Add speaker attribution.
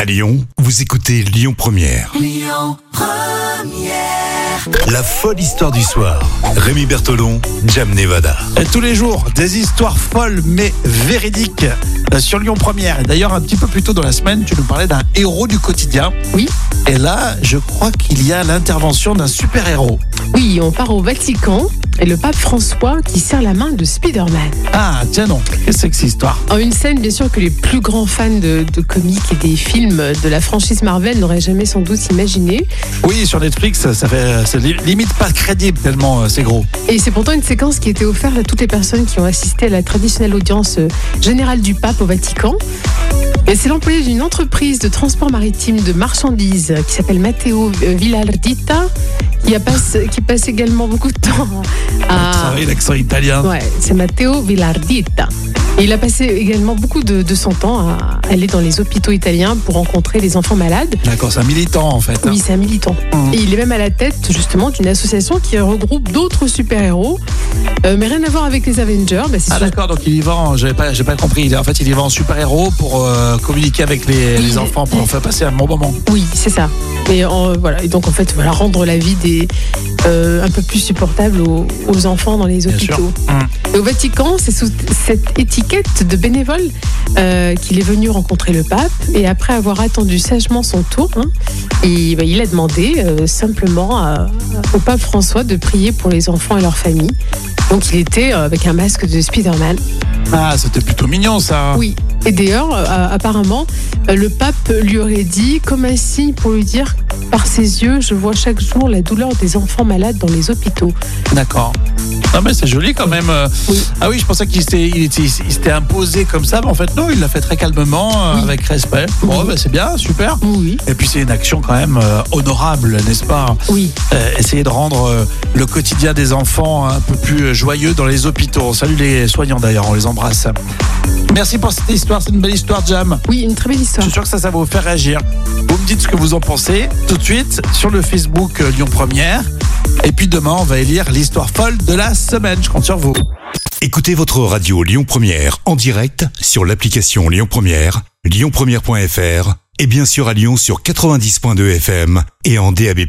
Speaker 1: À Lyon, vous écoutez Lyon Première. Lyon Première. La folle histoire du soir. Rémi Bertolon, Jam Nevada.
Speaker 2: Et Euh, Tous les jours, des histoires folles mais véridiques euh, sur Lyon Première. Et d'ailleurs, un petit peu plus tôt dans la semaine, tu nous parlais d'un héros du quotidien.
Speaker 3: Oui.
Speaker 2: Et là, je crois qu'il y a l'intervention d'un super héros.
Speaker 3: Oui, on part au Vatican et le pape François qui serre la main de Spider-Man.
Speaker 2: Ah, tiens donc, qu'est-ce que c'est que cette histoire
Speaker 3: En une scène, bien sûr, que les plus grands fans de, de comics et des films de la franchise Marvel n'auraient jamais sans doute imaginé.
Speaker 2: Oui, sur Netflix, ça fait, euh, c'est li- limite pas crédible tellement euh, c'est gros.
Speaker 3: Et c'est pourtant une séquence qui était offerte à toutes les personnes qui ont assisté à la traditionnelle audience euh, générale du pape au Vatican. Et c'est l'employé d'une entreprise de transport maritime de marchandises euh, qui s'appelle Matteo euh, Villardita qui, a passe- qui passe également beaucoup de temps à,
Speaker 2: Ça, oui, l'accent italien.
Speaker 3: Ouais, c'est Matteo Villardita. Et il a passé également beaucoup de, de son temps à aller dans les hôpitaux italiens pour rencontrer les enfants malades.
Speaker 2: D'accord, c'est un militant en fait. hein.
Speaker 3: Oui, c'est un militant.
Speaker 2: Mhm.
Speaker 3: Et il est même à la tête justement d'une association qui regroupe d'autres super-héros, Euh, mais rien à voir avec les Avengers. Bah, c'est
Speaker 2: Ah
Speaker 3: sur-
Speaker 2: d'accord, donc il y va en, j'avais pas, j'ai pas compris, Il- en fait il y va en super-héros pour euh, communiquer avec les,
Speaker 3: Oui,
Speaker 2: les
Speaker 3: il-
Speaker 2: enfants, pour leur faire passer un bon moment.
Speaker 3: Oui, c'est ça. Et en- voilà, et donc en fait, voilà, rendre la vie des euh, un peu plus supportable aux, aux enfants dans les
Speaker 2: Bien
Speaker 3: hôpitaux.
Speaker 2: sûr. Mm.
Speaker 3: Et au Vatican, c'est sous cette étiquette de bénévole euh, qu'il est venu rencontrer le pape. Et après avoir attendu sagement son tour, hein, et, bah, il a demandé euh, simplement à- au pape François de prier pour les enfants et leurs familles. Donc il était euh, avec un masque de Spider-Man.
Speaker 2: Ah, c'était plutôt mignon ça. hein.
Speaker 3: Oui. Et d'ailleurs, euh, apparemment, euh, le pape lui aurait dit, comme un signe pour lui dire, par ses yeux, je vois chaque jour la douleur des enfants malades dans les hôpitaux.
Speaker 2: D'accord. Non mais c'est joli quand même. euh.
Speaker 3: Oui.
Speaker 2: Ah oui, je pensais qu'il s'était, il était- il s'était imposé comme ça, mais en fait non, il l'a fait très calmement, euh,
Speaker 3: Oui.
Speaker 2: avec respect. Bon,
Speaker 3: Oui.
Speaker 2: bah, c'est bien, super.
Speaker 3: Oui.
Speaker 2: Et puis c'est une action quand même euh, honorable, n'est-ce pas
Speaker 3: Oui.
Speaker 2: Euh, Essayer de rendre euh, le quotidien des enfants un peu plus euh, joyeux dans les hôpitaux. On salue les soignants d'ailleurs, on les embrasse. Merci pour cette histoire, c'est une belle histoire, Jam.
Speaker 3: Oui, une très belle
Speaker 2: Je
Speaker 3: histoire.
Speaker 2: suis sûr que ça, ça va vous faire réagir. Vous me dites ce que vous en pensez tout de suite sur le Facebook euh, Lyon Première. Et puis demain, on va élire l'histoire folle de la semaine. Je compte sur vous.
Speaker 1: Écoutez votre radio Lyon Première en direct sur l'application Lyon Première, lyonpremière.fr et bien sûr à Lyon sur 90.2 FM et en DAB+.